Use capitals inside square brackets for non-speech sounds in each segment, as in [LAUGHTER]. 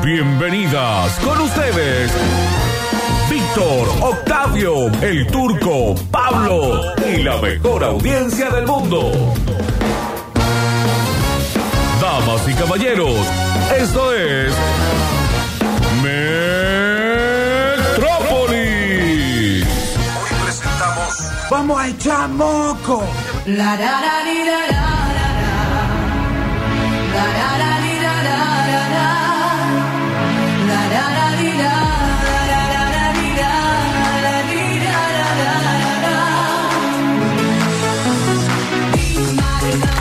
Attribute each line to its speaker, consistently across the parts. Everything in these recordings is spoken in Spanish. Speaker 1: Bienvenidas con ustedes. Víctor, Octavio, el turco, Pablo y la mejor audiencia del mundo. Damas y caballeros, esto es Metrópolis.
Speaker 2: Hoy presentamos
Speaker 3: Vamos a echar moco.
Speaker 4: La ra ra di ra ra ra ra. La ra ra di ra ra ra ra. La ra ra di ra ra ra ra ra di ra ra di ra ra ra ra ra. Be my lover.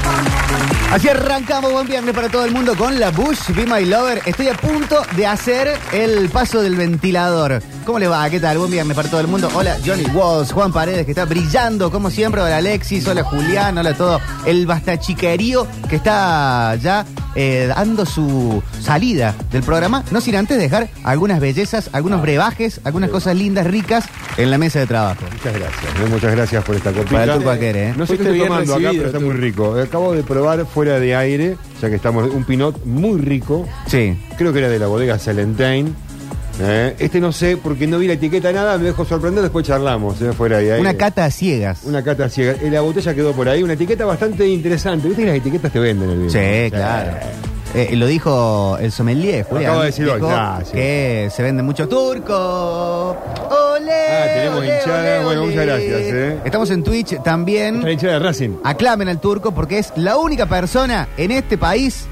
Speaker 5: Así arrancamos, buen viernes para todo el mundo con la Bush, Be My Lover. Estoy a punto de hacer el paso del ventilador. ¿Cómo le va? ¿Qué tal? Buen viernes para todo el mundo. Hola Johnny Walls, Juan Paredes, que está brillando como siempre. Hola Alexis, hola Julián, hola todo. El bastachiquerío que está ya eh, dando su salida del programa. No sin antes dejar algunas bellezas, algunos brebajes, algunas cosas lindas, ricas en la mesa de trabajo.
Speaker 6: Muchas gracias, ¿eh? muchas gracias por esta copita.
Speaker 5: Para el turco aquel, ¿eh?
Speaker 6: No sé qué
Speaker 7: Fuiste
Speaker 6: estoy
Speaker 7: bien
Speaker 6: tomando acá,
Speaker 7: recibido,
Speaker 6: pero está
Speaker 7: tú.
Speaker 6: muy rico. Acabo de probar fuera de aire, ya que estamos, un pinot muy rico.
Speaker 5: Sí.
Speaker 6: Creo que era de la bodega Salentine. ¿eh? Este no sé, porque no vi la etiqueta nada, me dejó sorprender, después charlamos, ¿eh? fuera de aire.
Speaker 5: Una cata a ciegas.
Speaker 6: Una cata ciega. Eh, La botella quedó por ahí, una etiqueta bastante interesante. ¿Viste que las etiquetas te venden el vino?
Speaker 5: Sí, claro. Eh, lo dijo el sommelier, Julián.
Speaker 6: acabo de decir hoy,
Speaker 5: Dijo
Speaker 6: ya, sí.
Speaker 5: Que se vende mucho turco. ¡Ole!
Speaker 6: Ah, tenemos hinchada. Bueno, muchas gracias, eh.
Speaker 5: Estamos en Twitch también.
Speaker 6: La hinchada de Racing.
Speaker 5: Aclamen al turco porque es la única persona en este país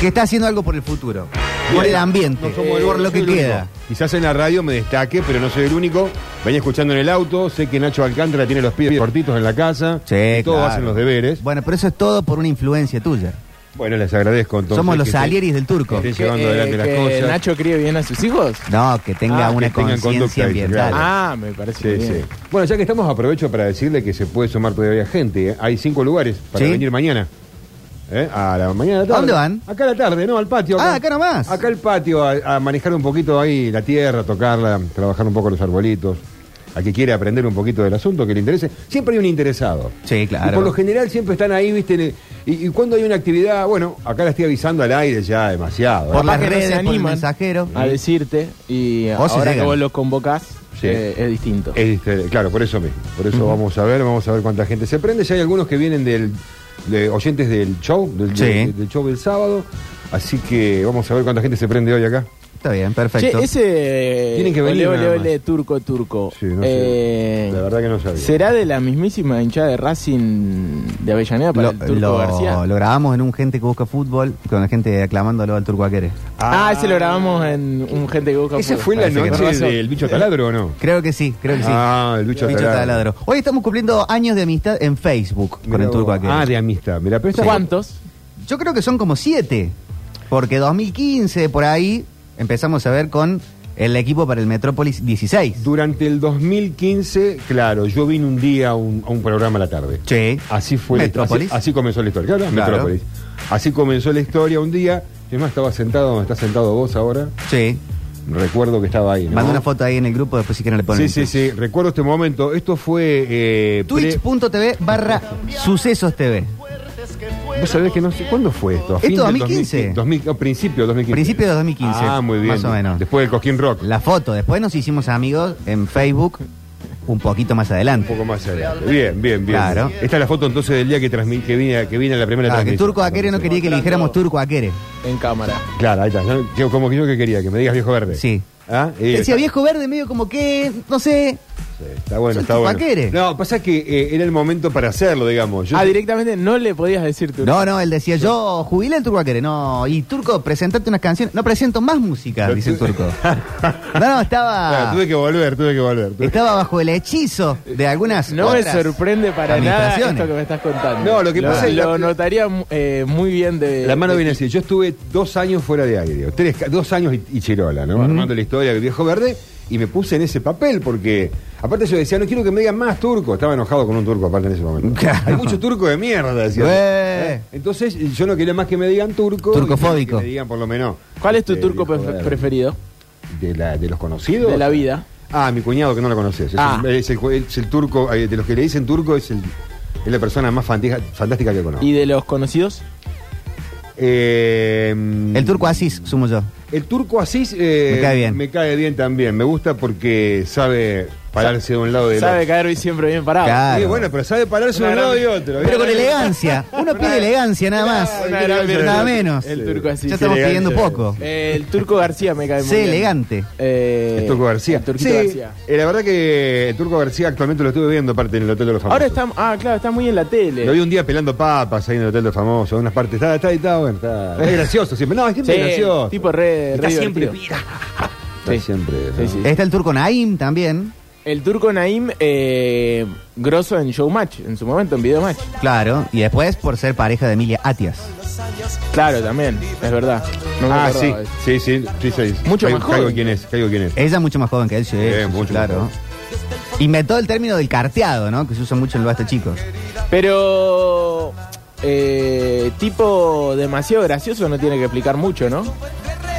Speaker 5: que está haciendo algo por el futuro. Por el ambiente. Eh,
Speaker 6: No somos el-
Speaker 5: por
Speaker 6: no
Speaker 5: lo
Speaker 6: soy
Speaker 5: que
Speaker 6: el único.
Speaker 5: queda.
Speaker 6: Quizás en la radio me destaque, pero no soy el único. Venía escuchando en el auto, sé que Nacho Alcántara tiene los pies cortitos en la casa.
Speaker 5: Sí,
Speaker 6: y todos
Speaker 5: claro.
Speaker 6: hacen los deberes.
Speaker 5: Bueno, pero eso es todo por una influencia tuya.
Speaker 6: Bueno, les agradezco entonces.
Speaker 5: Somos los
Speaker 6: que estén-
Speaker 5: Salieris del turco.
Speaker 6: que Estén llevando
Speaker 7: Eh,
Speaker 6: adelante las
Speaker 7: que
Speaker 6: cosas.
Speaker 7: Nacho críe bien a sus hijos.
Speaker 5: No, que tenga
Speaker 6: Ah, que
Speaker 5: una
Speaker 6: tengan
Speaker 5: conciencia
Speaker 6: conducta, dice,
Speaker 5: ambiental.
Speaker 6: claro.
Speaker 7: Ah, me parece
Speaker 6: Sí, sí.
Speaker 7: bien.
Speaker 6: Bueno, ya que estamos, aprovecho para decirle que se puede sumar todavía gente. ¿eh? Hay cinco lugares para
Speaker 5: ¿Sí?
Speaker 6: venir mañana. ¿Eh? A la mañana de la
Speaker 5: ¿A dónde
Speaker 6: tarde.
Speaker 5: van?
Speaker 6: Acá a la tarde, ¿no? Al patio.
Speaker 5: Ah, acá nomás.
Speaker 6: Acá al patio, a, a manejar un poquito ahí la tierra, a tocarla, trabajar un poco los arbolitos. A que quiere aprender un poquito del asunto, que le interese. Siempre hay un interesado.
Speaker 5: Sí, claro.
Speaker 6: Y por lo general siempre están ahí, ¿viste? En el- y, y cuando hay una actividad, bueno, acá la estoy avisando al aire ya demasiado. ¿eh?
Speaker 5: Por las
Speaker 7: Capaz que no
Speaker 5: redes,
Speaker 7: se
Speaker 5: por el
Speaker 7: animan
Speaker 5: mensajero.
Speaker 7: A decirte, y
Speaker 5: O se
Speaker 7: ahora que
Speaker 5: llegan.
Speaker 7: vos lo convocás,
Speaker 6: Sí.
Speaker 7: eh, es distinto.
Speaker 6: Este, claro, por eso mismo. Por eso vamos a ver, vamos a ver cuánta gente se prende. Ya hay algunos que vienen del de oyentes del show, del,
Speaker 5: Sí.
Speaker 6: del- del show del sábado. Así que vamos a ver cuánta gente se prende hoy acá.
Speaker 5: Está bien,
Speaker 7: Che,
Speaker 5: perfecto.
Speaker 7: ese
Speaker 6: Tienen que venir
Speaker 7: ole, ole,
Speaker 6: nada más.
Speaker 7: ole, turco, turco.
Speaker 6: Sí, no
Speaker 7: eh,
Speaker 6: sé. La verdad que no sabía.
Speaker 7: ¿Será de la mismísima hinchada de Racing de Avellaneda para
Speaker 5: Lo,
Speaker 7: el Turco
Speaker 5: lo-
Speaker 7: García?
Speaker 5: lo grabamos en un gente que busca fútbol con la gente aclamándolo al turco Aquere.
Speaker 7: ah, ese lo grabamos en un gente que busca
Speaker 6: ¿Esa
Speaker 7: Fútbol.
Speaker 6: fue la
Speaker 5: Parece que
Speaker 6: noche
Speaker 7: tenés razón.
Speaker 6: del bicho taladro o no?
Speaker 5: Creo que sí, creo que sí.
Speaker 6: Ah, el bicho,
Speaker 5: Bicho
Speaker 6: taladro.
Speaker 5: taladro. Hoy estamos cumpliendo años de amistad en Facebook con
Speaker 6: Mirá
Speaker 5: el turco
Speaker 6: vos.
Speaker 5: Aquere.
Speaker 6: Ah, de amistad. Mira, pero esta-
Speaker 7: ¿Cuántos?
Speaker 5: Yo creo que son como siete, porque 2015 por ahí empezamos a ver con el equipo para el Metrópolis 16.
Speaker 6: Durante el 2015, claro, yo vine un día a un, a un programa a la tarde.
Speaker 5: Sí.
Speaker 6: Así fue. la-
Speaker 5: Metrópolis.
Speaker 6: Así, así comenzó la historia. Claro,
Speaker 5: Claro.
Speaker 6: Metrópolis. Así comenzó la historia un día. Es más, estaba sentado donde estás sentado vos ahora.
Speaker 5: Sí.
Speaker 6: Recuerdo que estaba ahí. ¿no?
Speaker 5: Manda una foto ahí en el grupo, después si quieren le ponen.
Speaker 6: Sí, sí, sí. Recuerdo este momento. Esto fue. Eh, pre-
Speaker 5: Twitch.tv barra sucesos TV.
Speaker 6: Vos sabés que no sé. ¿Cuándo fue esto? ¿A
Speaker 5: Esto,
Speaker 6: fin del
Speaker 5: 2015?
Speaker 6: 2000, no, principio de 2015.
Speaker 5: Principio de 2015,
Speaker 6: Ah, muy bien.
Speaker 5: más o menos.
Speaker 6: Después del Cosquín Rock.
Speaker 5: La foto, después nos hicimos amigos en Facebook un poquito más adelante.
Speaker 6: Un poco más adelante. Bien, bien, bien.
Speaker 5: Claro.
Speaker 6: Esta es la foto entonces del día que, transmi- que, vine, a- que vine a la primera
Speaker 5: Claro, Ah, que
Speaker 6: transmisión.
Speaker 5: Turco Aquere no quería que le dijéramos Turco Aquere.
Speaker 7: En cámara.
Speaker 6: Claro, ahí está. Yo- yo- como que yo que quería, que me digas viejo verde.
Speaker 5: Sí.
Speaker 6: ¿Ah? Eh,
Speaker 5: Decía viejo verde, medio como que, no sé.
Speaker 6: sí, Está bueno,
Speaker 5: Soy
Speaker 6: está
Speaker 5: Turco
Speaker 6: bueno.
Speaker 5: Aquere.
Speaker 6: No, pasa que eh, era el momento para hacerlo, digamos. Yo-
Speaker 7: Ah, directamente no le podías decir Turco.
Speaker 5: No, no, él decía, yo jubilé al Turco Aquere. No, y Turco, presentate unas canciones. No presento más música,
Speaker 6: Pero
Speaker 5: dice el
Speaker 6: tú- [LAUGHS]
Speaker 5: Turco. No, no,
Speaker 6: Claro,
Speaker 5: estaba.
Speaker 6: tuve que volver, tuve que volver. tuve-
Speaker 5: Estaba bajo el hechizo de algunas.
Speaker 7: No me
Speaker 5: otras
Speaker 7: sorprende para nada
Speaker 5: administraciones.
Speaker 7: esto que me estás contando.
Speaker 6: No, lo que pasa es la-
Speaker 7: lo notaría mu- eh, muy bien de.
Speaker 6: La
Speaker 5: Eh,
Speaker 6: mano
Speaker 7: de-
Speaker 6: viene así. Yo estuve dos años fuera de aire, o tres, ca- dos años y, y Chirola, ¿no? Armando la historia del viejo verde y me puse en ese papel porque, aparte, yo decía, no quiero que me digan más turco. Estaba enojado con un turco, aparte, en ese momento.
Speaker 5: [LAUGHS] Claro.
Speaker 6: Hay mucho turco de mierda, decía. ¿Eh?
Speaker 5: Ué.
Speaker 6: Entonces, yo no quería más que me digan turco. y
Speaker 5: Turcofóbico.
Speaker 6: Que me digan, por lo menos.
Speaker 7: ¿Cuál es tu
Speaker 6: este,
Speaker 7: turco
Speaker 6: viejo
Speaker 7: pref-
Speaker 6: verde.
Speaker 7: preferido?
Speaker 6: De, la- de los conocidos.
Speaker 7: De la vida.
Speaker 6: Ah, mi cuñado que no lo conoces. Es,
Speaker 7: Ah.
Speaker 6: un- es el, es el turco, eh, de los que le dicen turco, es, el, es la persona más fantija- fantástica que conozco.
Speaker 7: ¿Y de los conocidos?
Speaker 6: Eh,
Speaker 5: El Turco Asís, sumo yo.
Speaker 6: El turco Asís eh,
Speaker 5: Me cae bien.
Speaker 6: me cae bien también. Me gusta porque sabe pararse de un lado y del
Speaker 7: Sabe
Speaker 6: otro.
Speaker 7: caer hoy siempre bien parado.
Speaker 5: Claro.
Speaker 6: Ah, Sí, bueno, pero sabe pararse de
Speaker 7: Una
Speaker 6: un
Speaker 7: gran-
Speaker 6: lado y otro.
Speaker 5: Pero con elegancia. Uno pide elegancia nada más.
Speaker 7: una gran
Speaker 5: Nada
Speaker 7: virtud.
Speaker 5: menos.
Speaker 7: El turco así.
Speaker 5: Ya estamos
Speaker 6: elegancia.
Speaker 5: pidiendo poco.
Speaker 7: Eh, el turco García me cae muy
Speaker 5: Sé
Speaker 7: bien.
Speaker 5: elegante.
Speaker 7: Eh,
Speaker 6: El Turco García.
Speaker 7: el turquito
Speaker 6: Sí,
Speaker 7: García.
Speaker 6: eh, la verdad que el Turco García actualmente lo estuve viendo aparte en el Hotel de los Famosos.
Speaker 7: Ahora está, ah, claro, está muy en la tele.
Speaker 6: Lo vi un día pelando papas ahí en el Hotel de los Famosos, en unas partes. Está, está, está, bueno, está. Es gracioso siempre. No, es
Speaker 7: Sí,
Speaker 6: siempre gracioso.
Speaker 7: tipo re, re divertido.
Speaker 6: Está
Speaker 7: Sí.
Speaker 6: siempre.
Speaker 7: Sí,
Speaker 6: ¿no?
Speaker 7: sí.
Speaker 5: Está el turco Naim también.
Speaker 7: El turco Naim, eh, grosso en Showmatch, en su momento, en Videomatch.
Speaker 5: Claro. Y después por ser pareja de Emilia Atias.
Speaker 7: Claro, también, es verdad. No me
Speaker 6: Ah,
Speaker 7: acordaba
Speaker 6: sí,
Speaker 7: de eso.
Speaker 6: sí, sí, sí, sí.
Speaker 7: Mucho
Speaker 6: Caigo-
Speaker 7: más joven.
Speaker 6: Caigo quién es, caigo quién es.
Speaker 5: Ella mucho más joven que él, sí.
Speaker 6: Eh,
Speaker 5: sí,
Speaker 6: mucho
Speaker 5: claro.
Speaker 6: más
Speaker 5: Inventó el término del carteado, ¿no? Que se usa mucho en los basta chicos.
Speaker 7: Pero. eh, tipo demasiado gracioso no tiene que explicar mucho, ¿no?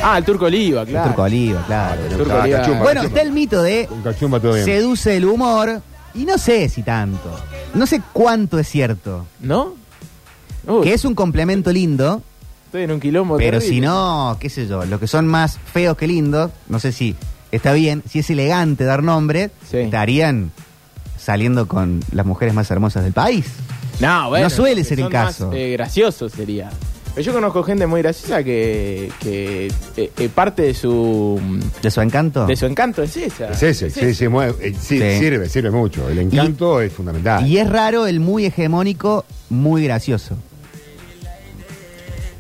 Speaker 7: Ah, el turco Oliva,
Speaker 5: El
Speaker 7: claro.
Speaker 5: turco oliva, claro.
Speaker 7: El turco Oliva.
Speaker 6: Ah, Cachumba.
Speaker 5: Bueno, está el mito de
Speaker 6: Con cachumba todo bien.
Speaker 5: seduce el humor y no sé si tanto. No sé cuánto es cierto.
Speaker 7: ¿No? Uy,
Speaker 5: Que es un complemento lindo,
Speaker 7: Estoy en un quilombo.
Speaker 5: pero
Speaker 7: terrible.
Speaker 5: si no, qué sé yo, los que son más feos que lindos, no sé si está bien, si es elegante dar nombre,
Speaker 7: Sí.
Speaker 5: estarían saliendo con las mujeres más hermosas del país.
Speaker 7: No, bueno,
Speaker 5: No suele
Speaker 7: los que
Speaker 5: ser el
Speaker 7: son más,
Speaker 5: caso.
Speaker 7: eh, gracioso sería. Pero yo conozco gente muy graciosa que, que eh, eh, parte de su
Speaker 5: ¿De su encanto?
Speaker 7: de su encanto es esa.
Speaker 6: Es ese, sí, sí, mueve- eh, sí,
Speaker 5: Sí.
Speaker 6: sirve, sirve mucho. El encanto es fundamental.
Speaker 5: Ah. Y es raro el muy hegemónico, muy gracioso.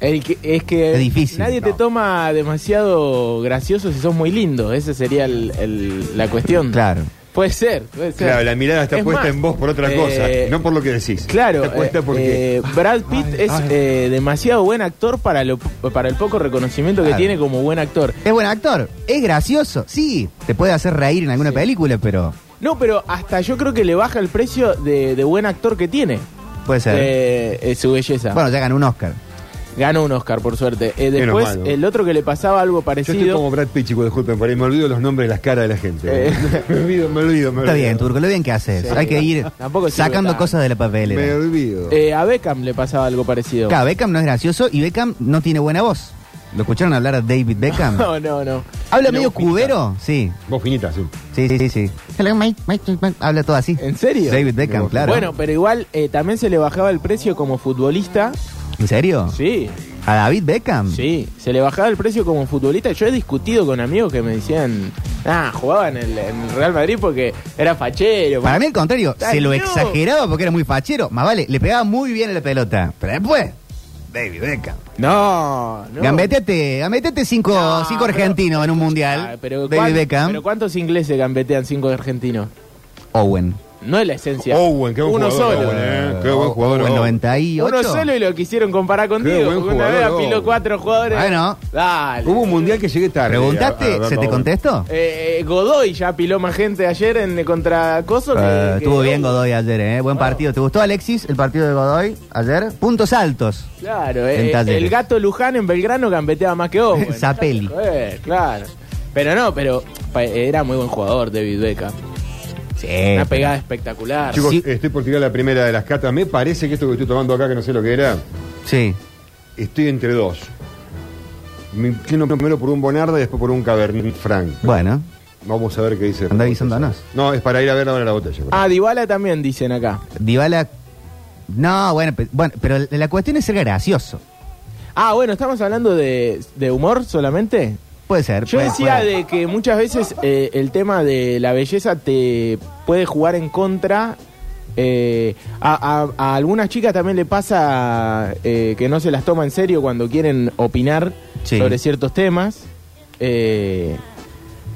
Speaker 7: El que- es que
Speaker 5: Es difícil.
Speaker 7: nadie te
Speaker 5: No.
Speaker 7: toma demasiado gracioso si sos muy lindo. Esa sería el- el- la cuestión.
Speaker 5: Claro.
Speaker 7: Puede ser, puede ser.
Speaker 6: Claro, la mirada está
Speaker 7: Es
Speaker 6: puesta
Speaker 7: más,
Speaker 6: en vos por otra
Speaker 7: eh,
Speaker 6: cosa, no por lo que decís.
Speaker 7: Claro,
Speaker 6: Está puesta
Speaker 7: eh,
Speaker 6: porque.
Speaker 7: eh, Brad Pitt es eh, demasiado buen actor para, lo, para el poco reconocimiento
Speaker 5: Claro.
Speaker 7: que tiene como buen actor.
Speaker 5: Es buen actor, es gracioso, sí, te puede hacer reír en alguna película, pero
Speaker 7: No, pero hasta yo creo que le baja el precio de, de buen actor que tiene.
Speaker 5: puede ser.
Speaker 7: Eh, eh, su belleza.
Speaker 5: Bueno, ya ganó un Oscar.
Speaker 7: Ganó un Oscar, por suerte. Eh,
Speaker 6: Menos
Speaker 7: después,
Speaker 6: mal, ¿no?
Speaker 7: el otro que le pasaba algo
Speaker 6: Yo estoy
Speaker 7: parecido.
Speaker 6: como Brad Pitt, chicos, disculpen, por ahí me olvido los nombres de las caras de la gente.
Speaker 7: Eh.
Speaker 6: [LAUGHS] me olvido, me olvido, me olvido.
Speaker 5: Está bien, Turco, lo bien que haces.
Speaker 7: Sí.
Speaker 5: Hay que ir
Speaker 7: Tampoco sirve
Speaker 5: sacando
Speaker 7: tanto.
Speaker 5: cosas de la
Speaker 6: Me
Speaker 5: papelera.
Speaker 6: olvido.
Speaker 7: eh, a Beckham le pasaba algo parecido.
Speaker 5: Claro, Beckham no es gracioso y Beckham no tiene buena voz. ¿Lo escucharon hablar a David Beckham?
Speaker 7: [LAUGHS] No, no, no.
Speaker 5: ¿Habla
Speaker 7: Una
Speaker 5: medio
Speaker 7: bofita.
Speaker 5: cubero? Sí.
Speaker 6: Vos finita, sí.
Speaker 5: Sí, sí, sí, sí. Hello, mate, mate, mate. Habla todo así.
Speaker 7: ¿En serio?
Speaker 5: David Beckham, claro.
Speaker 7: Bueno, pero igual eh, también se le bajaba el precio como futbolista.
Speaker 5: ¿En serio?
Speaker 7: Sí,
Speaker 5: ¿A David Beckham?
Speaker 7: sí. Se le bajaba el precio como futbolista. Yo he discutido con amigos que me decían, ah, jugaba en el, en el Real Madrid porque era fachero.
Speaker 5: Para mí, al contrario,
Speaker 7: Ay,
Speaker 5: se lo
Speaker 7: no.
Speaker 5: exageraba porque era muy fachero. Más vale, le pegaba muy bien a la pelota. Pero después, David Beckham.
Speaker 7: No, no.
Speaker 5: Gambeteate, gambeteate cinco,
Speaker 7: No,
Speaker 5: cinco
Speaker 7: pero-
Speaker 5: argentinos en un mundial.
Speaker 7: Ah, pero
Speaker 5: David
Speaker 7: ¿cuán-
Speaker 5: Beckham,
Speaker 7: pero ¿cuántos ingleses gambetean cinco argentinos?
Speaker 5: Owen.
Speaker 7: No es la esencia.
Speaker 6: Owen, Oh, qué buen
Speaker 7: Uno
Speaker 6: jugador.
Speaker 7: solo.
Speaker 6: Owen, eh. Qué buen jugador.
Speaker 5: Owen,
Speaker 6: Owen.
Speaker 5: 98.
Speaker 7: Uno solo y lo quisieron comparar contigo.
Speaker 6: buen
Speaker 7: porque una
Speaker 6: jugador, oh.
Speaker 7: vez
Speaker 6: no.
Speaker 7: apiló cuatro jugadores.
Speaker 5: Bueno.
Speaker 7: Dale.
Speaker 6: Hubo un mundial que llegué tarde.
Speaker 5: ¿Preguntaste?
Speaker 6: a- a verlo
Speaker 5: ¿Se te
Speaker 6: ahora.
Speaker 5: contestó?
Speaker 7: Eh, eh, Godoy ya apiló más gente ayer en contra Coso. que-
Speaker 5: Eh,
Speaker 7: que-
Speaker 5: estuvo bien Godoy ayer, ¿eh? Buen partido. ¿Te gustó, Alexis, el partido de Godoy ayer? Puntos altos.
Speaker 7: Claro,
Speaker 5: En
Speaker 7: eh,
Speaker 5: Talleres.
Speaker 7: el gato Luján en Belgrano gambeteaba más
Speaker 5: [LAUGHS]
Speaker 7: que Owen.
Speaker 5: Zapelli.
Speaker 7: Eh, claro. Pero no, pero pa- era muy buen jugador David Beckham.
Speaker 5: Sí.
Speaker 7: Una pegada espectacular.
Speaker 6: Chicos,
Speaker 5: Sí.
Speaker 6: estoy por tirar la primera de las catas. Me parece que esto que estoy tomando acá, que no sé lo que era,
Speaker 5: Sí.
Speaker 6: estoy entre dos. Me inclino primero por un Bonarda y después por un Cabernet Franc.
Speaker 5: Bueno,
Speaker 6: Vamos a ver qué dice.
Speaker 5: Anda avisándonos.
Speaker 6: No, es para ir a ver ahora la botella. creo.
Speaker 7: Ah, Dybala también dicen acá.
Speaker 5: Dybala... No, bueno, pe- bueno, pero la cuestión es ser gracioso.
Speaker 7: Ah, bueno, estamos hablando de, de humor solamente.
Speaker 5: Puede ser.
Speaker 7: Yo
Speaker 5: puede-
Speaker 7: decía
Speaker 5: puede-
Speaker 7: de que muchas veces eh, el tema de la belleza te puede jugar en contra. eh, a, a- a algunas chicas también le pasa eh, que no se las toma en serio cuando quieren opinar
Speaker 5: Sí.
Speaker 7: sobre ciertos temas. eh,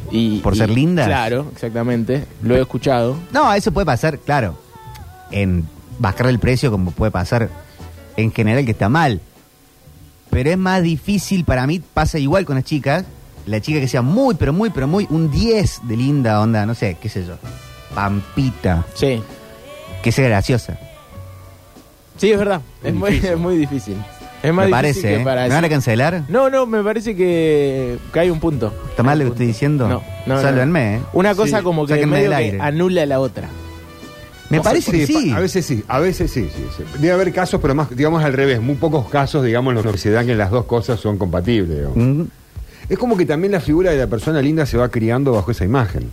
Speaker 7: y,
Speaker 5: ¿Por
Speaker 7: y-
Speaker 5: ser lindas?
Speaker 7: Claro, exactamente. Lo he escuchado.
Speaker 5: No, eso puede pasar, claro. En bajar el precio, como puede pasar en general, que está mal. Pero es más difícil para mí, pasa igual con las chicas. La chica que sea muy, pero muy, pero muy, un 10 de linda onda, no sé, qué sé yo. Pampita,
Speaker 7: Sí.
Speaker 5: que sea graciosa.
Speaker 7: Sí, es verdad. Es muy, es muy difícil. Es
Speaker 5: Me
Speaker 7: más difícil
Speaker 5: parece,
Speaker 7: que
Speaker 5: ¿eh?
Speaker 7: para
Speaker 5: ¿Me van a
Speaker 7: decir-
Speaker 5: cancelar?
Speaker 7: No, no, me parece que, que hay un punto.
Speaker 5: ¿Está mal lo que estoy diciendo?
Speaker 7: No, no, no.
Speaker 5: Sálvenme, ¿eh?
Speaker 7: Una cosa
Speaker 6: Sí,
Speaker 7: como que,
Speaker 5: sáquenme
Speaker 7: medio
Speaker 5: del
Speaker 7: que
Speaker 5: aire.
Speaker 7: anula la otra.
Speaker 5: Me
Speaker 6: O sea,
Speaker 5: parece que sí.
Speaker 6: pa- A veces sí, a veces sí, sí, sí. Debe haber casos, pero más, digamos al revés. Muy pocos casos, digamos, en los que se dan que las dos cosas son compatibles. digamos.
Speaker 5: Mm,
Speaker 6: Es como que también la figura de la persona linda se va criando bajo esa imagen.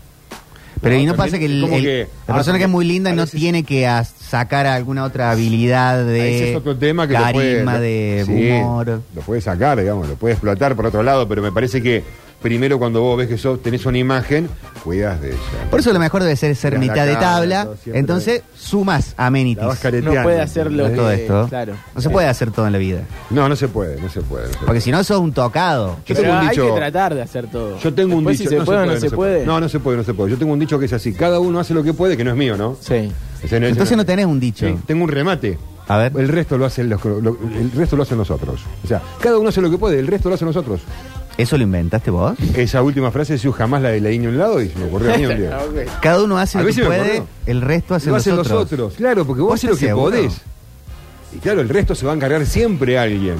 Speaker 5: Pero
Speaker 6: No,
Speaker 5: ahí no
Speaker 6: también
Speaker 5: pasa que, el-
Speaker 6: es como
Speaker 5: el-
Speaker 6: que-
Speaker 5: la
Speaker 6: ah,
Speaker 5: persona que es muy linda
Speaker 6: a
Speaker 5: no
Speaker 6: veces- Ah,
Speaker 5: tiene que as- sacar alguna otra habilidad de
Speaker 6: Ese es otro tema que lo puede-
Speaker 5: carisma,
Speaker 6: lo-
Speaker 5: de
Speaker 6: sí,
Speaker 5: humor.
Speaker 6: Lo puede sacar, digamos, lo puede explotar por otro lado, pero me parece que primero cuando vos ves que sos, tenés una imagen, cuidas de ella.
Speaker 5: Por eso lo mejor debe ser ser
Speaker 6: Mirá la
Speaker 5: mitad de
Speaker 6: cara,
Speaker 5: tabla.
Speaker 6: todo, siempre.
Speaker 5: Entonces sumas amenities.
Speaker 6: La vas
Speaker 7: No
Speaker 6: careteando,
Speaker 7: puede hacer lo
Speaker 6: ¿entendés?
Speaker 5: Todo
Speaker 7: que-
Speaker 5: esto.
Speaker 7: claro.
Speaker 5: No se puede hacer todo en la vida.
Speaker 6: No, no se puede, no se puede. no se
Speaker 5: Porque si no, sos un tocado.
Speaker 6: Yo
Speaker 7: Pero
Speaker 6: tengo un
Speaker 7: hay
Speaker 6: dicho-
Speaker 7: que tratar de hacer todo.
Speaker 6: Yo tengo
Speaker 7: Después
Speaker 6: un dicho.
Speaker 7: Si se puede o no se puede.
Speaker 6: No, no se puede, no se puede. Yo tengo un dicho que es así. Cada uno hace lo que puede, que no es mío, ¿no?
Speaker 7: Sí.
Speaker 6: Ese no- ese
Speaker 5: Entonces no tenés un dicho.
Speaker 6: Sí, tengo un remate.
Speaker 5: A ver.
Speaker 6: El resto lo hacen los lo- el resto lo hacen nosotros. O sea, cada uno hace lo que puede, el resto lo hacen nosotros.
Speaker 5: ¿Eso lo inventaste vos?
Speaker 6: Esa última frase yo jamás la leí ni a un lado y se me ocurrió a mí un
Speaker 7: [LAUGHS] Ah,
Speaker 6: día.
Speaker 5: Cada uno hace
Speaker 6: A
Speaker 5: lo que
Speaker 6: veces me
Speaker 5: puede,
Speaker 6: acuerdo.
Speaker 5: el resto hace
Speaker 6: lo
Speaker 5: los
Speaker 6: hacen los
Speaker 5: otros.
Speaker 6: otros. Claro, porque vos
Speaker 5: ¿Vos
Speaker 6: haces lo
Speaker 5: estás
Speaker 6: que
Speaker 5: seguro?
Speaker 6: podés. Y claro, el resto se va a encargar siempre alguien.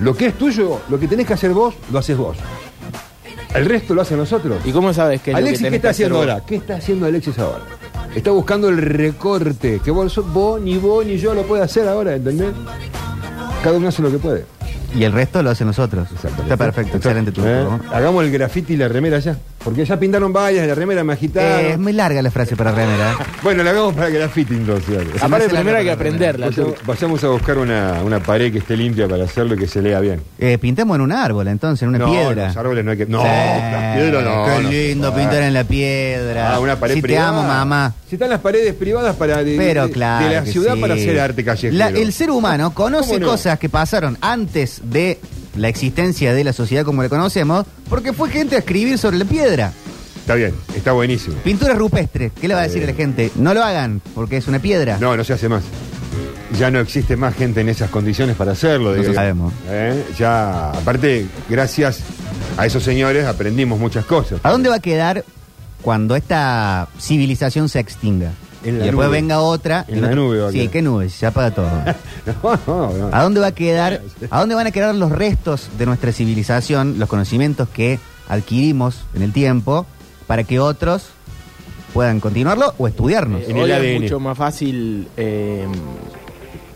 Speaker 6: Lo que es tuyo, lo que tenés que hacer vos, lo haces vos. El resto lo hacen nosotros.
Speaker 7: ¿Y cómo sabes que es lo que
Speaker 6: Alexis,
Speaker 7: tenés
Speaker 6: ¿qué
Speaker 7: que
Speaker 6: está haciendo
Speaker 7: hacer vos?
Speaker 6: ahora? ¿Qué está haciendo Alexis ahora? Está buscando el recorte, que vos, vos, ni vos, ni yo lo puede hacer ahora, ¿entendés? Cada uno hace lo que puede.
Speaker 5: Y el resto lo hacen los otros. Está perfecto,
Speaker 6: Entonces,
Speaker 5: excelente tu
Speaker 6: ¿eh? Hagamos el graffiti y la remera ya. Porque ya pintaron vallas, la remera me agitaron.
Speaker 5: Eh, es muy larga la frase para remera. ¿eh?
Speaker 6: Bueno, la hagamos para el graffiti entonces. dale.
Speaker 5: Ah,
Speaker 7: Aparte,
Speaker 5: hace la
Speaker 7: primero hay que
Speaker 5: guerra primero.
Speaker 7: aprenderla.
Speaker 6: Vaya- Vayamos a buscar una, una pared que esté limpia para hacerlo y que se lea bien.
Speaker 5: Eh, pintemos en un árbol, entonces, en una
Speaker 6: no,
Speaker 5: piedra.
Speaker 6: los árboles no hay que. No,
Speaker 5: Sí,
Speaker 6: las piedras no.
Speaker 5: Qué
Speaker 6: no se
Speaker 5: lindo
Speaker 6: puede.
Speaker 5: pintar en la piedra.
Speaker 6: Ah, una pared
Speaker 5: si
Speaker 6: privada.
Speaker 5: te amo, mamá.
Speaker 6: Si están las paredes privadas para de,
Speaker 5: Pero
Speaker 6: de-
Speaker 5: claro.
Speaker 6: de la
Speaker 5: que
Speaker 6: ciudad
Speaker 5: sí.
Speaker 6: para hacer arte callejero.
Speaker 5: La- el ser humano conoce
Speaker 6: ¿Cómo no?
Speaker 5: cosas que pasaron antes de la existencia de la sociedad como la conocemos, porque fue gente a escribir sobre la piedra.
Speaker 6: Está bien, está buenísimo.
Speaker 5: Pinturas rupestres, ¿qué le va a decir
Speaker 6: Eh.
Speaker 5: a la gente? No lo hagan, porque es una piedra.
Speaker 6: No, no se hace más. Ya no existe más gente en esas condiciones para hacerlo.
Speaker 5: Nosotros
Speaker 6: digo.
Speaker 5: sabemos.
Speaker 6: ¿Eh? Ya, aparte, gracias a esos señores aprendimos muchas cosas.
Speaker 5: ¿A dónde va a quedar cuando esta civilización se extinga?
Speaker 6: En la
Speaker 5: y después
Speaker 6: nube.
Speaker 5: venga otra.
Speaker 6: En
Speaker 5: y
Speaker 6: la
Speaker 5: otra-
Speaker 6: nube va a
Speaker 5: Sí,
Speaker 6: quedar.
Speaker 5: ¿qué nube? Se apaga
Speaker 6: [LAUGHS]
Speaker 5: todo.
Speaker 6: No, no, no.
Speaker 5: ¿A dónde va a quedar? ¿A dónde van a quedar los restos de nuestra civilización, los conocimientos que adquirimos en el tiempo para que otros puedan continuarlo o estudiarnos?
Speaker 7: Eh,
Speaker 6: En el
Speaker 7: hoy
Speaker 6: ADN.
Speaker 7: es mucho más fácil. eh,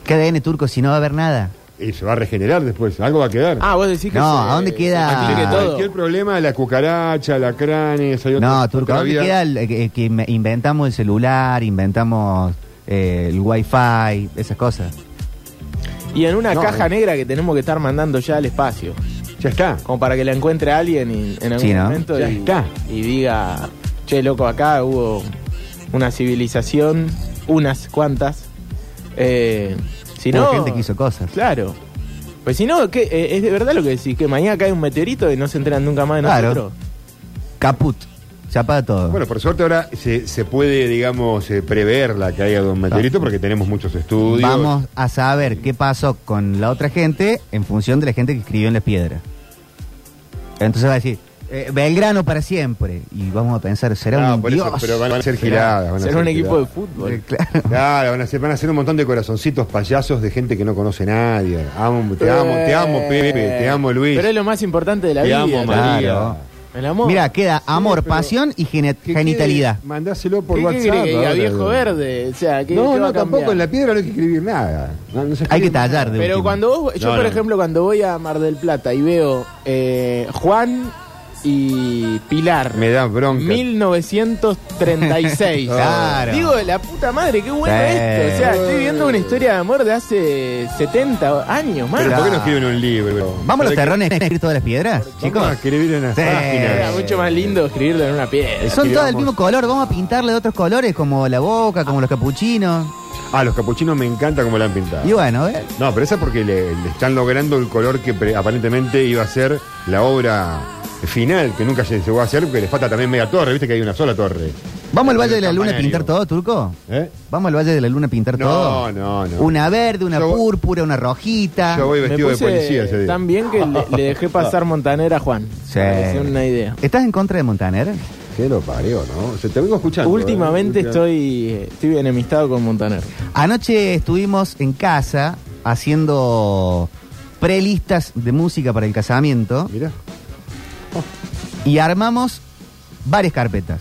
Speaker 5: ¿Qué ADN turco si no va a haber nada?
Speaker 6: Y se va a regenerar después, algo va a quedar.
Speaker 7: Ah, vos decís que.
Speaker 5: No,
Speaker 7: se-
Speaker 5: ¿a dónde
Speaker 7: se
Speaker 5: queda?
Speaker 7: complique
Speaker 5: Ah.
Speaker 7: todo.
Speaker 6: Cualquier problema, la cucaracha, la cranes, hay otra-
Speaker 5: No, turco,
Speaker 6: otra
Speaker 5: ¿a dónde
Speaker 6: vida.
Speaker 5: queda el- eh, que, que inve- inventamos el celular, inventamos eh, el wifi, esas cosas?
Speaker 7: Y en una
Speaker 6: No,
Speaker 7: caja
Speaker 6: eh.
Speaker 7: negra que tenemos que estar mandando ya al espacio.
Speaker 6: Ya está.
Speaker 7: Como para que la encuentre alguien y- en algún
Speaker 5: Sí, ¿no?
Speaker 7: momento
Speaker 6: Ya
Speaker 7: y,
Speaker 6: está.
Speaker 7: y diga, che, loco, acá hubo una civilización, unas cuantas. Eh, si
Speaker 5: Hubo
Speaker 7: no,
Speaker 5: gente que hizo cosas.
Speaker 7: Claro. Pues si no, ¿qué? Eh, es de verdad lo que decís, que mañana cae un meteorito y no se enteran nunca más de
Speaker 5: Claro.
Speaker 7: nosotros.
Speaker 5: Caput, se apaga todo.
Speaker 6: Bueno, por suerte ahora se, se puede, digamos, eh, prever la caída de un meteorito porque tenemos muchos estudios.
Speaker 5: Ah. Vamos a saber qué pasó con la otra gente en función de la gente que escribió en las piedras. Entonces va a decir, eh, Belgrano para siempre. Y vamos a pensar, será
Speaker 6: Ah,
Speaker 5: un
Speaker 6: por
Speaker 5: dios.
Speaker 6: eso, pero
Speaker 5: [LAUGHS]
Speaker 6: van a ser giradas. van a
Speaker 7: Ser un equipo de
Speaker 6: giradas.
Speaker 5: Eh,
Speaker 7: fútbol.
Speaker 5: claro.
Speaker 6: Claro, van a, ser, van a ser un montón de corazoncitos payasos de gente que no conoce a nadie. Amo, te amo, te amo, Pepe, te amo, Luis.
Speaker 7: Eh, Pero es lo más importante de la
Speaker 6: Te
Speaker 7: vida.
Speaker 6: amo,
Speaker 7: claro.
Speaker 6: María.
Speaker 5: Claro.
Speaker 7: El amor.
Speaker 5: Mira, queda amor,
Speaker 6: pero-
Speaker 5: pasión y gene-
Speaker 6: Que
Speaker 5: genitalidad.
Speaker 6: quede- Mandáselo por
Speaker 7: ¿Qué- qué
Speaker 6: WhatsApp.
Speaker 7: crees que diga,
Speaker 6: ahora.
Speaker 7: viejo verde? O sea, ¿qué,
Speaker 6: no,
Speaker 7: qué va
Speaker 6: no,
Speaker 7: a
Speaker 6: tampoco
Speaker 7: cambiar?
Speaker 6: en la piedra no hay que escribir nada. No, no se
Speaker 5: Hay que
Speaker 6: escribe nada.
Speaker 5: tallar de
Speaker 7: Pero
Speaker 5: última.
Speaker 7: cuando vos, yo
Speaker 6: No,
Speaker 7: por
Speaker 6: no.
Speaker 7: ejemplo cuando voy a Mar del Plata y veo eh, Juan y Pilar,
Speaker 6: Me da bronca.
Speaker 7: [LAUGHS] 1936.
Speaker 5: Claro.
Speaker 7: Digo, la puta madre, qué bueno
Speaker 5: Sí.
Speaker 7: esto. O sea, estoy viendo una historia de amor de hace 70 años, más.
Speaker 6: Pero ¿por qué no escriben un libro?
Speaker 5: ¿Vamos a los
Speaker 6: Porque-
Speaker 5: terrones [LAUGHS] a escribir todas las piedras,
Speaker 6: Vamos a
Speaker 5: chicos?
Speaker 6: escribir en las
Speaker 5: Sí.
Speaker 7: Era
Speaker 6: páginas.
Speaker 7: mucho más lindo escribirlo en una piedra.
Speaker 5: Son todas del
Speaker 6: escribamos.
Speaker 5: mismo color, vamos a pintarle de otros colores, como la boca, como los capuchinos.
Speaker 6: Ah, los capuchinos me encanta como la han pintado.
Speaker 5: Y bueno, ¿eh? ¿ves?
Speaker 6: No, pero esa es porque le, le están logrando el color que pre- aparentemente iba a ser la obra final, que nunca se llegó a hacer, porque le falta también media torre, viste que hay una sola torre.
Speaker 5: ¿Vamos al
Speaker 6: El
Speaker 5: Valle de la Luna a
Speaker 6: campanario.
Speaker 5: pintar todo, Turco?
Speaker 6: ¿Eh?
Speaker 5: ¿Vamos al Valle de la Luna a pintar
Speaker 6: No,
Speaker 5: todo?
Speaker 6: no, no.
Speaker 5: Una verde, una
Speaker 6: Yo-
Speaker 5: púrpura, una rojita.
Speaker 6: Yo voy
Speaker 7: Ah, Me
Speaker 6: vestido de
Speaker 7: puse
Speaker 6: policía ese día.
Speaker 7: Tan bien que le, le [LAUGHS] dejé pasar Montanera a Juan.
Speaker 5: Sí.
Speaker 7: Para que sea una idea.
Speaker 5: ¿Estás en contra de Montaner?
Speaker 6: ¿Qué lo parió, no? O sea, te vengo escuchando.
Speaker 7: Últimamente
Speaker 6: ¿eh?
Speaker 7: estoy, estoy enemistado con Montaner.
Speaker 5: Anoche estuvimos en casa haciendo prelistas de música para el casamiento
Speaker 6: Mirá.
Speaker 5: y armamos varias carpetas.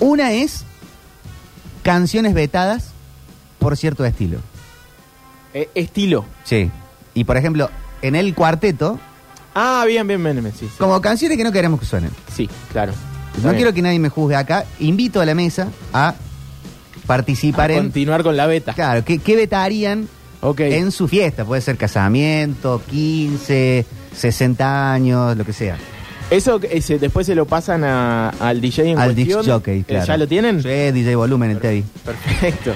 Speaker 5: Una es canciones vetadas por cierto estilo.
Speaker 7: Eh, estilo.
Speaker 5: Sí. Y por ejemplo, en el cuarteto
Speaker 7: Ah, bien, bien, bien, bien, sí, sí.
Speaker 5: Como canciones que no queremos que suenen.
Speaker 7: Sí, claro.
Speaker 5: No quiero que nadie me juzgue acá. Invito a la mesa a participar en.
Speaker 7: continuar con la beta.
Speaker 5: Claro, ¿qué, qué vetarían
Speaker 7: Ok.
Speaker 5: en su fiesta? Puede ser casamiento, 15, 60 años, lo que sea.
Speaker 7: Eso eh, se- después se lo pasan a- al DJ en
Speaker 5: Al disc
Speaker 7: cuestión.
Speaker 5: jockey,
Speaker 7: Eh,
Speaker 5: claro.
Speaker 7: ¿Ya lo tienen?
Speaker 5: Sí, DJ Volumen en TV.
Speaker 7: Perfecto.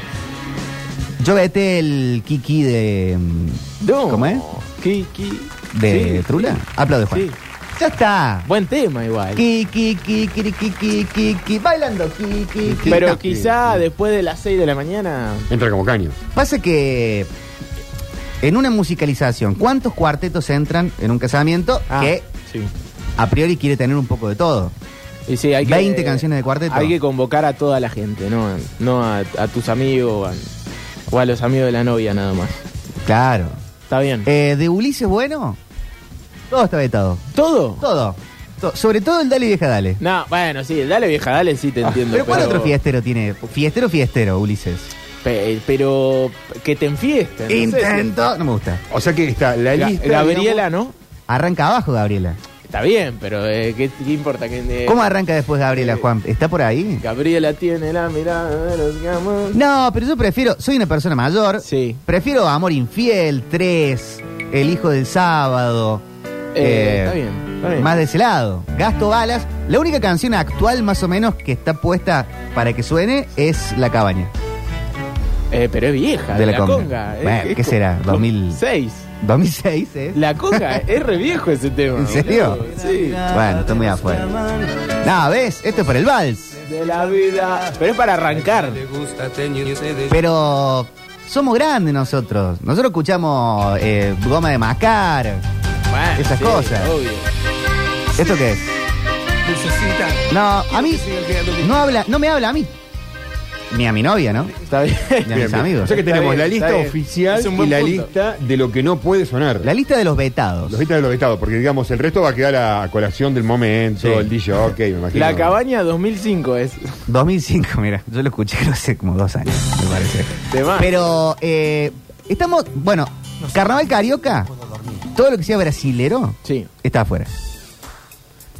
Speaker 5: Yo vete el Kiki de. mm,
Speaker 7: No.
Speaker 5: ¿Cómo es?
Speaker 7: Ki- ki-
Speaker 5: De
Speaker 7: sí,
Speaker 5: Trula.
Speaker 7: sí.
Speaker 5: Aplaude, Juan.
Speaker 7: Sí.
Speaker 5: Ya está.
Speaker 7: Buen tema igual.
Speaker 5: Kiki, kiki, kiri, kiki, kiki, bailando kiki, kiki.
Speaker 7: Pero
Speaker 5: No.
Speaker 7: quizá después de las 6 de la mañana.
Speaker 6: Entra como caño.
Speaker 5: Pasa que eh, en una musicalización, ¿cuántos cuartetos entran en un casamiento
Speaker 7: Ah,
Speaker 5: que
Speaker 7: Sí.
Speaker 5: a priori quiere tener un poco de todo?
Speaker 7: Y sí, hay que,
Speaker 5: 20 canciones de cuarteto.
Speaker 7: Hay que convocar a toda la gente, no, no a, a tus amigos o a, o a los amigos de la novia nada más.
Speaker 5: Claro.
Speaker 7: Está bien.
Speaker 5: Eh, ¿De Ulises Bueno? Todo está vetado.
Speaker 7: ¿Todo?
Speaker 5: Todo. To- sobre todo el Dale Vieja Dale.
Speaker 7: No, bueno, sí, dale vieja, dale, sí te
Speaker 5: Ah,
Speaker 7: entiendo.
Speaker 5: ¿Pero cuál otro fiestero tiene? Fiestero, fiestero, Ulises.
Speaker 7: pe- eh, pero que te enfiesten. no sé si-
Speaker 5: Intento. No me gusta.
Speaker 6: O sea que está la
Speaker 7: Ga-
Speaker 6: lista.
Speaker 7: Gabriela,
Speaker 6: digamos,
Speaker 7: ¿no?
Speaker 5: Arranca abajo, Gabriela.
Speaker 7: Está bien, pero eh, ¿qué, qué importa? Que, eh,
Speaker 5: ¿Cómo arranca después Gabriela, Juan? ¿Está por ahí?
Speaker 7: Gabriela tiene la mirada de los gamos.
Speaker 5: No, pero yo prefiero, soy una persona mayor.
Speaker 7: Sí.
Speaker 5: Prefiero Amor Infiel, 3, El Hijo del Sábado.
Speaker 7: Eh, está bien, está bien.
Speaker 5: Más de ese lado. Gasto balas. La única canción actual, más o menos, que está puesta para que suene es La Cabaña.
Speaker 7: Eh, pero es vieja, de, la, conga. Es-
Speaker 5: Bueno,
Speaker 7: es
Speaker 5: ¿qué
Speaker 7: co-
Speaker 5: será?
Speaker 7: co-
Speaker 5: 2000.
Speaker 7: seis.
Speaker 5: 2006 es.
Speaker 7: La conga es re viejo ese tema.
Speaker 5: ¿En serio?
Speaker 7: boludo. Sí.
Speaker 5: Bueno, estoy muy afuera. No, ¿ves? Esto es para el vals.
Speaker 7: De la vida. Pero es para arrancar.
Speaker 5: Pero somos grandes nosotros. Nosotros escuchamos eh, Goma de Macar.
Speaker 7: Bueno,
Speaker 5: Esas
Speaker 7: sí,
Speaker 5: cosas.
Speaker 7: obvio.
Speaker 5: ¿Esto qué es? No, a mí no habla, no me habla a mí. Ni a mi novia, ¿no?
Speaker 7: Está bien.
Speaker 5: Ni a mis
Speaker 6: O
Speaker 5: amigos.
Speaker 6: sea que
Speaker 7: Está
Speaker 6: tenemos
Speaker 7: bien,
Speaker 6: la
Speaker 7: está
Speaker 6: lista
Speaker 7: bien.
Speaker 6: oficial
Speaker 7: Es un
Speaker 6: y
Speaker 7: buen
Speaker 6: la
Speaker 7: punto.
Speaker 6: lista de lo que no puede sonar.
Speaker 5: La lista de los vetados.
Speaker 6: Los listas de los vetados, porque digamos, el resto va a quedar a colación del momento,
Speaker 5: Sí.
Speaker 6: el DJ, ok, me imagino.
Speaker 7: La cabaña 2005 es.
Speaker 5: 2005, mira, yo lo escuché creo hace como dos años, me parece.
Speaker 7: De más.
Speaker 5: Pero eh, estamos, bueno, Carnaval Carioca, todo lo que sea brasilero
Speaker 7: Sí,
Speaker 5: está afuera.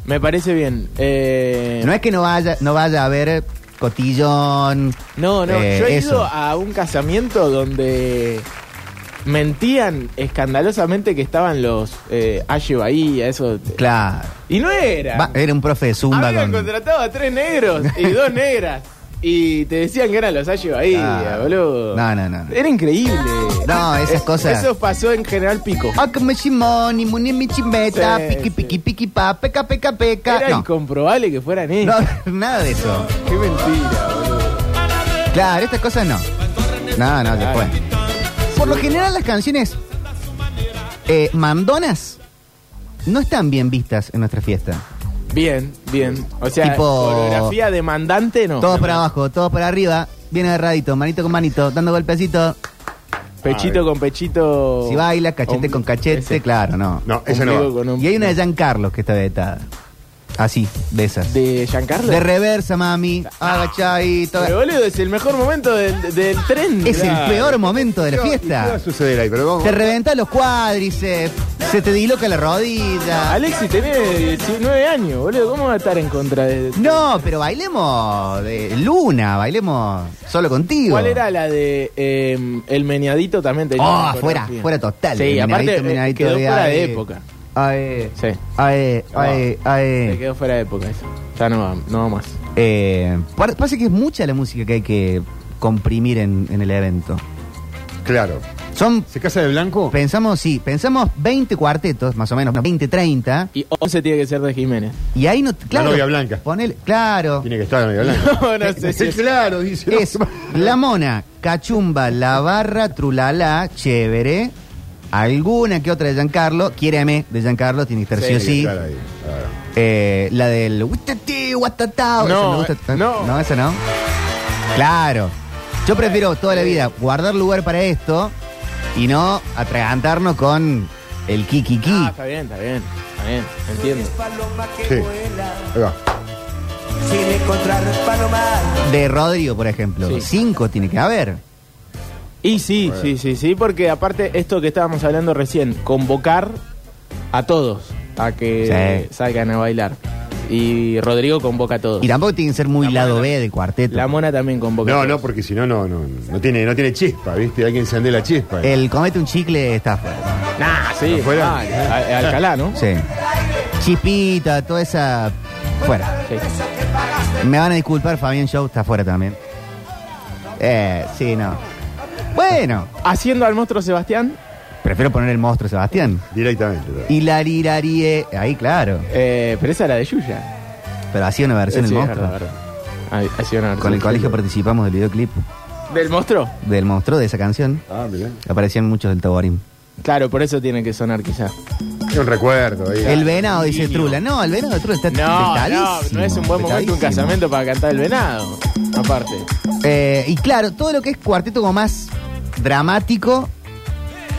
Speaker 7: me parece bien. Eh,
Speaker 5: No es que no vaya, no vaya a haber cotillón.
Speaker 7: No, no,
Speaker 5: eh,
Speaker 7: yo he
Speaker 5: eso.
Speaker 7: ido a un casamiento donde mentían escandalosamente que estaban los eh, Aye Bahía, eso.
Speaker 5: Claro.
Speaker 7: Y no era.
Speaker 5: Va- era un profe de zumba
Speaker 7: Habían
Speaker 5: con.
Speaker 7: contratado a tres negros y
Speaker 5: [LAUGHS]
Speaker 7: dos negras. Y te decían que eran los Aye Bahía,
Speaker 5: Claro.
Speaker 7: boludo.
Speaker 5: No, no, no, no.
Speaker 7: Era increíble.
Speaker 5: No, esas
Speaker 7: Eh,
Speaker 5: cosas.
Speaker 7: Eso pasó en General Pico.
Speaker 5: Ah, como Simoni, muni, mi chimbeta,
Speaker 7: Sí,
Speaker 5: piqui,
Speaker 7: sí.
Speaker 5: piqui, piqui, pa, peca, peca, peca.
Speaker 7: Era
Speaker 5: No,
Speaker 7: incomprobable que fueran ellos.
Speaker 5: no, [LAUGHS] nada de eso.
Speaker 7: Qué mentira, boludo.
Speaker 5: Claro, estas cosas no. No, no, después. Por lo general las canciones eh, mandonas no están bien vistas en nuestra fiesta.
Speaker 7: Bien, bien. O sea,
Speaker 5: Tipo-
Speaker 7: coreografía demandante no.
Speaker 5: Todos para abajo, todos para arriba, bien agarradito, manito con manito, dando golpecito.
Speaker 7: Pechito con pechito.
Speaker 5: Si baila, cachete
Speaker 7: Om-
Speaker 5: con cachete,
Speaker 7: Oh, ese.
Speaker 5: claro, no.
Speaker 6: No, esa no.
Speaker 7: Ombligo
Speaker 6: va.
Speaker 7: con om-
Speaker 5: Y hay una de Giancarlo que está vetada. Así, de esas. De,
Speaker 7: ¿De Giancarlo?
Speaker 5: reversa, mami, agachadito.
Speaker 7: Pero, boludo, es el mejor momento del, del tren.
Speaker 5: Es el
Speaker 7: Claro.
Speaker 5: peor momento de la
Speaker 6: ¿Y ¿Qué va
Speaker 5: fiesta.
Speaker 6: a suceder ahí? Pero vamos.
Speaker 5: Te reventa los cuádriceps, se te diloca la rodilla.
Speaker 7: Alexi, tenés 19 años, boludo. ¿Cómo va a estar en contra de.?
Speaker 5: No, pero bailemos de Luna, bailemos solo contigo.
Speaker 7: ¿Cuál era la de eh, El Meneadito también? tenía
Speaker 5: Oh,
Speaker 7: una
Speaker 5: afuera,
Speaker 7: coreografía.
Speaker 5: fuera total.
Speaker 7: Sí,
Speaker 5: El
Speaker 7: aparte
Speaker 5: menadito,
Speaker 7: eh,
Speaker 5: menadito
Speaker 7: quedó
Speaker 5: de
Speaker 7: fuera de
Speaker 5: ahí.
Speaker 7: época.
Speaker 5: Ae,
Speaker 7: Sí.
Speaker 5: ae,
Speaker 7: No.
Speaker 5: ae,
Speaker 7: Se
Speaker 5: ae.
Speaker 7: quedó fuera de época eso. Ya no va, no va más.
Speaker 5: Eh, par- Parece que es mucha la música que hay que comprimir en, en el evento.
Speaker 6: Claro.
Speaker 5: Son,
Speaker 6: ¿Se casa de blanco?
Speaker 5: pensamos, sí, pensamos 20 cuartetos, más o menos, 20, 30.
Speaker 7: Y 11 tiene que ser de Jiménez. [LAUGHS]
Speaker 5: Y ahí no, claro.
Speaker 6: novia blanca.
Speaker 5: ponele- claro.
Speaker 6: Tiene que estar en la blanca.
Speaker 5: [LAUGHS]
Speaker 7: No, no sé si
Speaker 6: Sí,
Speaker 7: es-
Speaker 6: claro, dice.
Speaker 7: [LAUGHS]
Speaker 5: Es la mona, cachumba, la barra, trulala, chévere. Alguna que otra de Giancarlo, quiéreme de Giancarlo, tiene que estar sí o
Speaker 6: Tiene que
Speaker 5: sí.
Speaker 6: estar ahí, claro.
Speaker 5: Eh, la del "Uitati, guatatao", esa
Speaker 7: No,
Speaker 5: me gusta
Speaker 7: eh,
Speaker 5: tan-
Speaker 7: no.
Speaker 5: no, esa no. Claro. Yo prefiero toda la vida guardar lugar para esto y no atragantarnos con el kikiki.
Speaker 7: Ah, está bien, está bien. Está bien, entiendo.
Speaker 6: Sí. Ahí va.
Speaker 5: de Rodrigo, por ejemplo.
Speaker 7: Sí.
Speaker 5: Cinco tiene que haber.
Speaker 7: Y sí, sí, sí, sí, porque aparte esto que estábamos hablando recién, convocar a todos, a que
Speaker 5: Sí.
Speaker 7: salgan a bailar. Y Rodrigo convoca a todos.
Speaker 5: Y tampoco tiene que ser muy lado B de cuarteto.
Speaker 7: La mona también convoca
Speaker 6: No,
Speaker 7: a
Speaker 6: no,
Speaker 7: todos.
Speaker 6: porque si no, no, no, no tiene, no tiene chispa, ¿viste? Hay que encender la chispa.
Speaker 5: El comete un chicle está fuera.
Speaker 7: Nah, sí,
Speaker 6: Afuera.
Speaker 7: ah, a- a Alcalá, ¿no?
Speaker 5: Sí. Chipita, toda esa. Fuera.
Speaker 7: Sí.
Speaker 5: Me van a disculpar, Fabián Show está fuera también. Eh, sí, no. Bueno,
Speaker 7: Haciendo al monstruo Sebastián,
Speaker 5: prefiero poner el monstruo Sebastián.
Speaker 6: Directamente. ¿verdad?
Speaker 5: Hilarirarie. e, Ahí, claro.
Speaker 7: eh, pero esa era de Yuya.
Speaker 5: Pero hacía una versión
Speaker 7: Sí,
Speaker 5: del
Speaker 7: es
Speaker 5: monstruo.
Speaker 7: verdad, verdad. Ah, hacía una versión
Speaker 5: Con el
Speaker 7: de
Speaker 5: colegio
Speaker 7: Yuya.
Speaker 5: participamos del videoclip
Speaker 7: ¿Del monstruo?
Speaker 5: del monstruo de esa canción.
Speaker 6: Ah, mirá.
Speaker 5: Aparecían muchos del Taborín.
Speaker 7: Claro, por eso tiene que sonar quizá.
Speaker 6: Es un recuerdo. ahí.
Speaker 5: El venado, dice Trula. No, el venado de Trula está
Speaker 7: No, no,
Speaker 5: petadísimo,
Speaker 7: no es un buen momento
Speaker 5: petadísimo.
Speaker 7: un casamiento para cantar el venado. Aparte.
Speaker 5: Eh, y claro, todo lo que es cuarteto como más dramático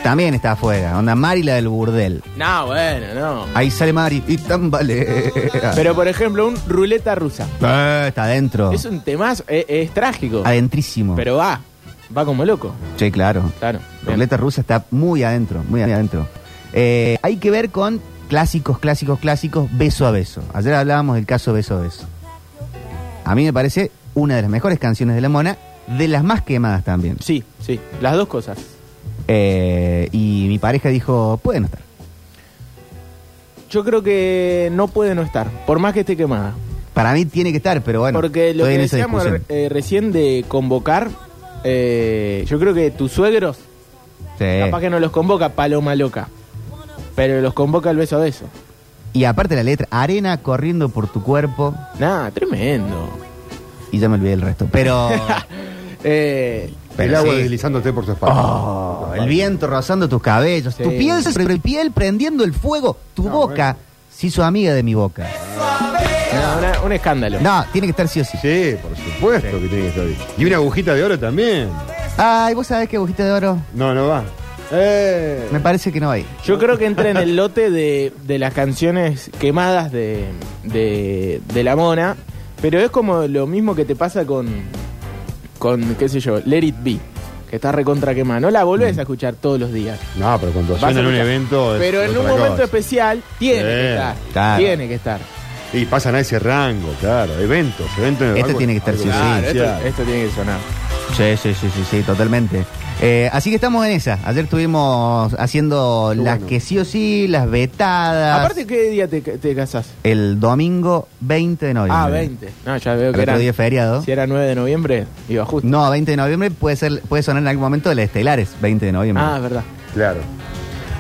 Speaker 5: también está afuera. Onda Mari la del burdel.
Speaker 7: No, bueno, no.
Speaker 5: Ahí sale Mari y tambalea.
Speaker 7: Pero por ejemplo, un ruleta rusa.
Speaker 5: Eh, está adentro.
Speaker 7: Es un temazo, es, es trágico.
Speaker 5: Adentrísimo.
Speaker 7: Pero va, va como loco.
Speaker 5: Sí, claro.
Speaker 7: Claro.
Speaker 5: La ruleta rusa está muy adentro, muy adentro. Eh, hay que ver con clásicos, clásicos, clásicos, beso a beso. Ayer hablábamos del caso beso a beso. A mí me parece una de las mejores canciones de la mona, de las más quemadas también.
Speaker 7: Sí, sí, las dos cosas.
Speaker 5: Eh, y mi pareja dijo, puede no estar.
Speaker 7: Yo creo que no puede no estar, por más que esté quemada.
Speaker 5: Para mí tiene que estar, pero bueno,
Speaker 7: Porque lo
Speaker 5: estoy
Speaker 7: que
Speaker 5: en esa
Speaker 7: decíamos
Speaker 5: discusión.
Speaker 7: eh, recién de convocar, eh, yo creo que tus suegros,
Speaker 5: Sí.
Speaker 7: capaz que no los convoca Paloma Loca, pero los convoca el beso a beso.
Speaker 5: Y aparte la letra, arena corriendo por tu cuerpo,
Speaker 7: Nada, tremendo.
Speaker 5: y ya me olvidé el resto.
Speaker 7: [LAUGHS]
Speaker 5: Pero,
Speaker 7: Eh,
Speaker 5: pero
Speaker 6: el agua
Speaker 5: sí.
Speaker 6: deslizándote por su espalda.
Speaker 5: Oh, el viento rozando tus cabellos,
Speaker 7: Sí.
Speaker 5: tu piel sobre piel prendiendo el fuego, tu boca se hizo amiga de mi boca.
Speaker 7: no, una- un escándalo.
Speaker 5: No, tiene que estar sí o sí.
Speaker 6: Sí, por supuesto que tiene que estar ahí. Y una agujita de oro también.
Speaker 5: Ay, vos sabés que agujita de oro,
Speaker 6: No, no va. Eh.
Speaker 5: me parece que no hay.
Speaker 7: Yo creo que entra en el lote de, de las canciones quemadas de, de, de la mona, pero es como lo mismo que te pasa con, con qué sé yo, Let It Be, que está recontra quemada. No la volvés a escuchar todos los días.
Speaker 6: No, pero cuando
Speaker 7: Vas a
Speaker 6: Pues suena en un
Speaker 7: escuchar.
Speaker 6: evento. es
Speaker 7: Pero en
Speaker 6: otra
Speaker 7: un momento
Speaker 6: cosa.
Speaker 7: especial tiene
Speaker 6: Sí,
Speaker 7: que estar.
Speaker 5: claro.
Speaker 7: Tiene que estar.
Speaker 6: Y pasan a ese rango, claro. Eventos, eventos.
Speaker 5: Esto Este tiene que estar sí o sí.
Speaker 7: Claro, esto,
Speaker 6: Claro.
Speaker 7: esto tiene que sonar.
Speaker 5: Sí, sí, sí, sí, sí, totalmente. Eh, así que estamos en esa. Ayer estuvimos haciendo las que sí o sí, las vetadas.
Speaker 7: Aparte, ¿qué día te, te casás?
Speaker 5: el domingo 20 de noviembre.
Speaker 7: Ah, 20. No, ya veo
Speaker 5: El
Speaker 7: que
Speaker 5: otro
Speaker 7: era.
Speaker 5: día feriado.
Speaker 7: Si era 9 de noviembre, iba justo.
Speaker 5: No, 20 de noviembre puede ser puede sonar en algún momento de las estelares, 20 de noviembre.
Speaker 7: Ah, es verdad.
Speaker 6: Claro.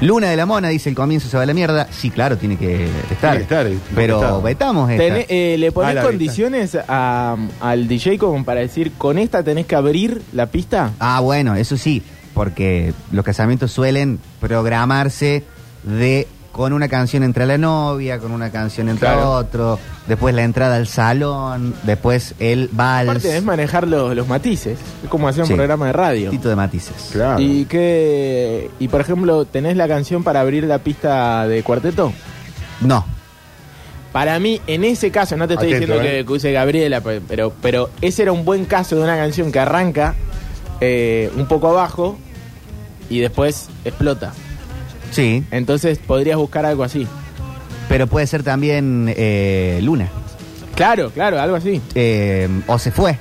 Speaker 5: Luna de la Mona dice el comienzo se va a la mierda. Sí, claro, tiene que estar.
Speaker 6: Tiene que estar, eh,
Speaker 5: pero
Speaker 6: está.
Speaker 5: vetamos esta.
Speaker 7: Tené- eh, ¿Le
Speaker 6: Ah,
Speaker 7: ponés
Speaker 6: la
Speaker 7: condiciones a- al DJ como para decir, con esta tenés que abrir la pista?
Speaker 5: Ah, bueno, eso sí, porque los casamientos suelen programarse de con una canción entra la novia, con una canción entra
Speaker 6: Claro.
Speaker 5: otro, después la entrada al salón, después el vals,
Speaker 7: Aparte, es manejar los, los matices. Es como hacer un
Speaker 5: Sí.
Speaker 7: programa de radio.
Speaker 5: tito de matices.
Speaker 6: Claro.
Speaker 7: ¿Y qué? Y por ejemplo, ¿tenés la canción para abrir la pista de cuarteto?
Speaker 5: No,
Speaker 7: Para mí, en ese caso, no te estoy
Speaker 6: Atento,
Speaker 7: diciendo
Speaker 6: eh.
Speaker 7: que, que use Gabriela, pe- pero, pero ese era un buen caso de una canción que arranca eh, un poco abajo y después explota.
Speaker 5: sí,
Speaker 7: Entonces podrías buscar algo así.
Speaker 5: pero puede ser también eh, Luna.
Speaker 7: Claro, claro, algo así.
Speaker 5: Eh, o se fue.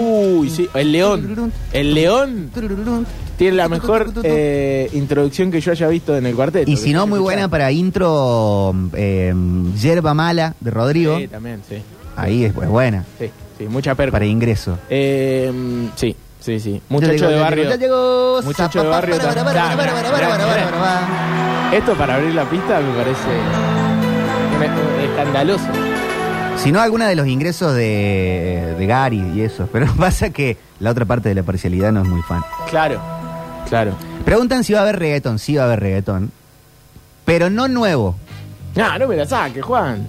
Speaker 7: Uy, sí, el león. El león tiene la mejor eh, introducción que yo haya visto en el cuarteto.
Speaker 5: Y si no, muy buena para intro eh, Yerba Mala de Rodrigo.
Speaker 7: Sí, también, sí.
Speaker 5: Ahí es pues, buena.
Speaker 7: Sí, sí, mucha perca.
Speaker 5: Para ingreso.
Speaker 7: Eh, sí, sí, sí. Muchacho
Speaker 5: Ya llegó,
Speaker 7: de
Speaker 5: ya
Speaker 7: barrio.
Speaker 5: llegó, ya llegó.
Speaker 7: Muchacho de barrio
Speaker 5: Para, para, para, para, para, para, para, para, para.
Speaker 7: Esto para abrir la pista me parece una- escandaloso.
Speaker 5: Si no, alguna de los ingresos de, de Gary y eso. [LAUGHS] Pero pasa que la otra parte de la parcialidad no es muy fan.
Speaker 7: Claro, claro.
Speaker 5: Preguntan si va a haber reggaetón. Sí va a haber reggaetón. Pero no nuevo.
Speaker 7: No, no me la saques, Juan.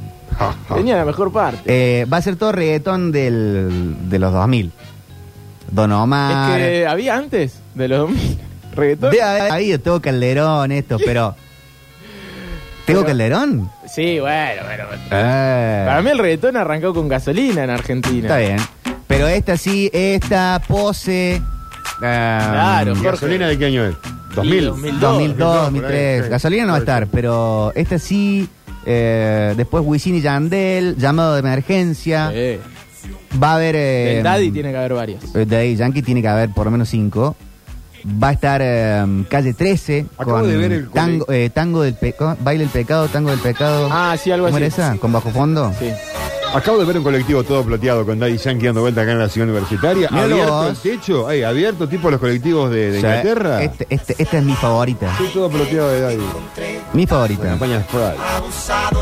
Speaker 7: Tenía la mejor parte.
Speaker 5: Ah. Eh, va a ser todo reggaetón del, de los 2000. Don Omar.
Speaker 7: Es que había antes de los 2000 [LAUGHS] reggaetón.
Speaker 5: De ahí yo tengo Calderón, esto, pero. ¿Tengo
Speaker 7: Pero-
Speaker 5: Calderón?
Speaker 7: Sí, bueno, bueno.
Speaker 5: Eh,
Speaker 7: Para mí el reggaetón arrancó con gasolina en Argentina.
Speaker 5: está bien. Pero esta sí, esta, pose. eh,
Speaker 7: Claro, Jorge.
Speaker 6: ¿Gasolina de qué año es? 2000.
Speaker 7: 2002,
Speaker 5: 2002,
Speaker 6: 2003,
Speaker 5: 2003. Gasolina no va a estar, pero esta sí. eh, después Wisin y Yandel, llamado de emergencia.
Speaker 7: Eh,
Speaker 5: Va a haber. eh,
Speaker 7: el Daddy tiene que haber varias.
Speaker 5: eh, Daddy Yankee tiene que haber por lo menos cinco. Va a estar eh, Calle 13
Speaker 6: Acabo
Speaker 5: con
Speaker 6: de ver el
Speaker 5: tango, eh, tango del pecado, baile el pecado, tango del pecado.
Speaker 7: Ah, sí, algo
Speaker 5: ¿Cómo era
Speaker 7: así.
Speaker 5: esa? ¿Con bajo fondo?
Speaker 7: Sí.
Speaker 6: Acabo de ver un colectivo todo ploteado con Daddy Yankee dando vuelta acá en la ciudad universitaria.
Speaker 5: Mirá
Speaker 6: abierto
Speaker 5: vos.
Speaker 6: el techo, ahí, abierto tipo los colectivos de, de
Speaker 5: O sea,
Speaker 6: Inglaterra.
Speaker 5: este- este- esta es mi favorita.
Speaker 6: Sí, pues, todo ploteado de Daddy.
Speaker 5: Mi
Speaker 6: La
Speaker 5: favorita.
Speaker 6: campaña es Pride.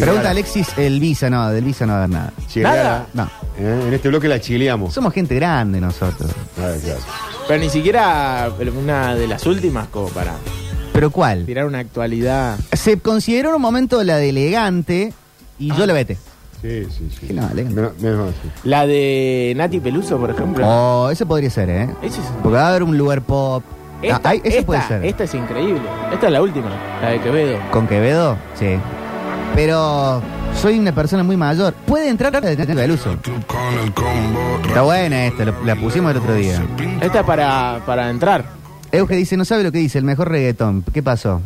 Speaker 5: Pregunta Alexis, el Visa, no, del Visa no va a haber nada.
Speaker 6: Chileada.
Speaker 5: No.
Speaker 6: Eh, En este bloque la chileamos.
Speaker 5: Somos gente grande nosotros.
Speaker 6: Ah, claro.
Speaker 7: Pero ni siquiera una de las últimas como para
Speaker 5: ¿Pero cuál?
Speaker 7: tirar una actualidad.
Speaker 5: Se consideró en un momento la de elegante y yo la vete.
Speaker 6: Sí, sí, sí.
Speaker 5: Que no, elegante.
Speaker 6: Menos- menos mal, sí.
Speaker 7: La de Nati Peluso, por ejemplo.
Speaker 5: Oh, eso podría ser, ¿eh?
Speaker 7: Ese es-
Speaker 5: Porque va a haber un lugar pop.
Speaker 7: Esta,
Speaker 5: Ah, ay, ese
Speaker 7: esta-
Speaker 5: puede ser.
Speaker 7: esta es increíble. Esta es la última, la de Quevedo.
Speaker 5: ¿Con Quevedo? Sí. Pero soy una persona muy mayor. Puede entrar de Nati uso. Está buena esta, lo- la pusimos el otro día.
Speaker 7: Esta es para, para entrar.
Speaker 5: Euge dice, no sabe lo que dice, el mejor reggaetón. ¿Qué pasó?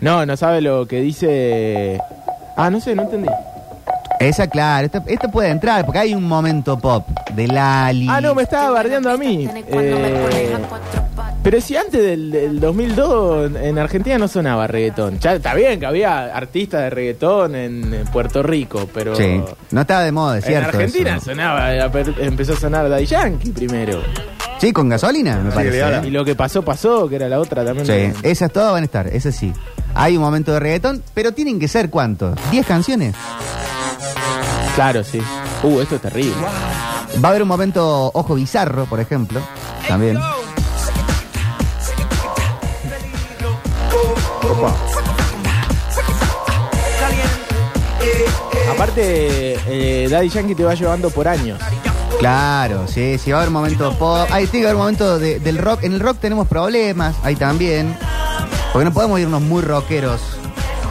Speaker 7: No, no sabe lo que dice. Ah, no sé, no entendí.
Speaker 5: Esa, claro, esta, esta puede entrar, porque hay un momento pop de Lali.
Speaker 7: Ah, no, me estaba bardeando a mí. Eh, pero si antes del, del 2002 en Argentina no sonaba reggaetón. Ya está bien que había artistas de reggaetón en eh, Puerto Rico, pero.
Speaker 5: Sí, no estaba de moda, es
Speaker 7: En
Speaker 5: cierto.
Speaker 7: Argentina
Speaker 5: eso.
Speaker 7: sonaba, eh, per- empezó a sonar Daddy Yankee primero.
Speaker 5: Sí, con gasolina, me
Speaker 6: Sí,
Speaker 5: parece.
Speaker 6: de ala.
Speaker 5: ¿eh?
Speaker 7: Y lo que pasó, pasó, que era la otra también. Eh,
Speaker 5: Sí, esas todas van a estar, esas sí. Hay un momento de reggaetón, pero tienen que ser cuántos? ¿10 canciones?
Speaker 7: Claro, sí. Uh, esto es terrible.
Speaker 5: Va a haber un momento ojo bizarro, por ejemplo, también.
Speaker 7: Aparte, eh, Daddy Yankee te va llevando por años.
Speaker 5: Claro, sí, sí, va a haber momento pop. Ahí tiene que haber momento de- del rock. En el rock tenemos problemas, ahí también. Porque no podemos irnos muy rockeros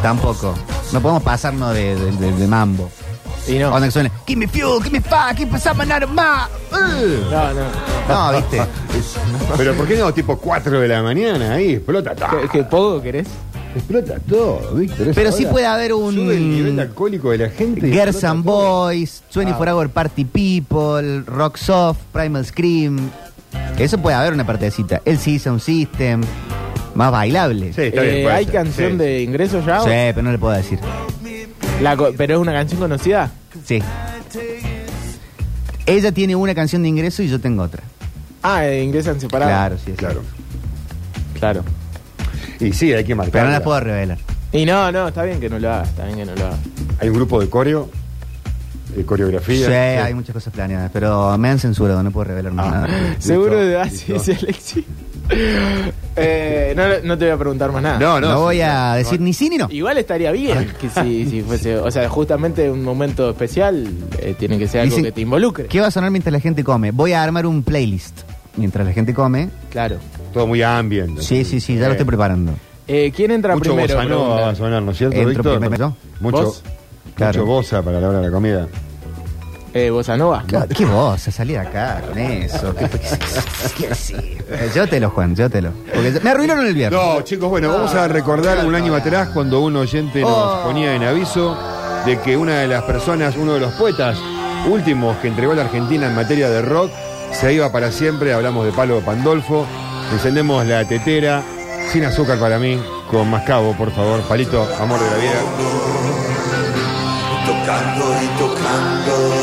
Speaker 5: tampoco. No podemos pasarnos de, de- de- de mambo.
Speaker 7: Y no.
Speaker 5: Onda que suene, give me fuel, give me fire, give me some another ma- uh".
Speaker 7: No, no.
Speaker 5: No, viste.
Speaker 6: Pero ¿por qué no? Tipo 4 de la mañana ahí, explota todo.
Speaker 7: ¿Qué, qué poco querés?
Speaker 6: Explota todo, Víctor. esa
Speaker 5: Pero sí
Speaker 6: hora
Speaker 5: puede haber un-
Speaker 6: Sube el nivel alcohólico de la gente. y
Speaker 5: Girls
Speaker 6: explota
Speaker 5: and
Speaker 6: todo.
Speaker 5: Boys, 24 Hour Party People, Rock Soft, Primal Scream. Eso puede haber una partecita. El Season System, más bailable.
Speaker 6: Sí, está
Speaker 7: Eh,
Speaker 6: bien. puede
Speaker 7: ¿Hay
Speaker 6: ser.
Speaker 7: canción
Speaker 6: Sí.
Speaker 7: de ingresos ya?
Speaker 5: Sí, pero no le puedo decir.
Speaker 7: La co- ¿Pero es una canción conocida?
Speaker 5: Sí. Ella tiene una canción de ingreso y yo tengo otra.
Speaker 7: Ah, eh, ingresan separados.
Speaker 5: Claro, sí, sí.
Speaker 6: Claro.
Speaker 7: Claro.
Speaker 6: Y sí, hay que marcar.
Speaker 5: Pero no la puedo revelar.
Speaker 7: Y no, no, está bien que no lo hagas, está bien que no lo hagas.
Speaker 6: Hay un grupo de coreo, de coreografía.
Speaker 5: Sí, hay muchas cosas planeadas, pero me han censurado, no puedo revelar más
Speaker 6: Ah.
Speaker 5: nada.
Speaker 7: Seguro de
Speaker 6: listo.
Speaker 7: así dice Alexis. [LAUGHS] Eh, no, no te voy a preguntar más nada.
Speaker 6: No,
Speaker 5: No,
Speaker 6: no. sí,
Speaker 5: voy a
Speaker 6: no,
Speaker 5: decir
Speaker 6: no.
Speaker 5: ni sí ni no.
Speaker 7: Igual estaría bien que si, si fuese, o sea, justamente un momento especial eh, tiene que ser algo
Speaker 5: Dicen-
Speaker 7: que te involucre.
Speaker 5: ¿Qué va a sonar mientras la gente come? Voy a armar un playlist. Mientras la gente come.
Speaker 7: Claro.
Speaker 6: Todo muy ambiente.
Speaker 5: Sí, sí, sí, ya lo estoy preparando.
Speaker 7: Eh, ¿Quién entra
Speaker 6: Mucho
Speaker 7: primero?
Speaker 6: bossa nova
Speaker 7: Pregunta.
Speaker 6: va a sonar, ¿no es cierto,
Speaker 5: Entro
Speaker 6: Víctor?
Speaker 5: primero.
Speaker 6: Mucho,
Speaker 7: ¿Vos?
Speaker 5: Claro.
Speaker 6: mucho bosa para la hora de la comida.
Speaker 7: Eh, bossa nova.
Speaker 5: No, ¿Qué vos? Salí de acá con eso. ¿Qué, qué- qué- sí. Eh, Yo te lo, Juan, yo te lo. Porque me arruinaron el viernes.
Speaker 6: No, chicos, bueno, vamos a recordar un año atrás cuando un oyente nos
Speaker 5: Oh.
Speaker 6: ponía en aviso de que una de las personas, uno de los poetas últimos que entregó a la Argentina en materia de rock, se iba para siempre. Hablamos de Palo Pandolfo, encendemos la tetera, sin azúcar para mí, con mascabo, por favor. Palito, amor de la vida.
Speaker 2: Tocando y tocando.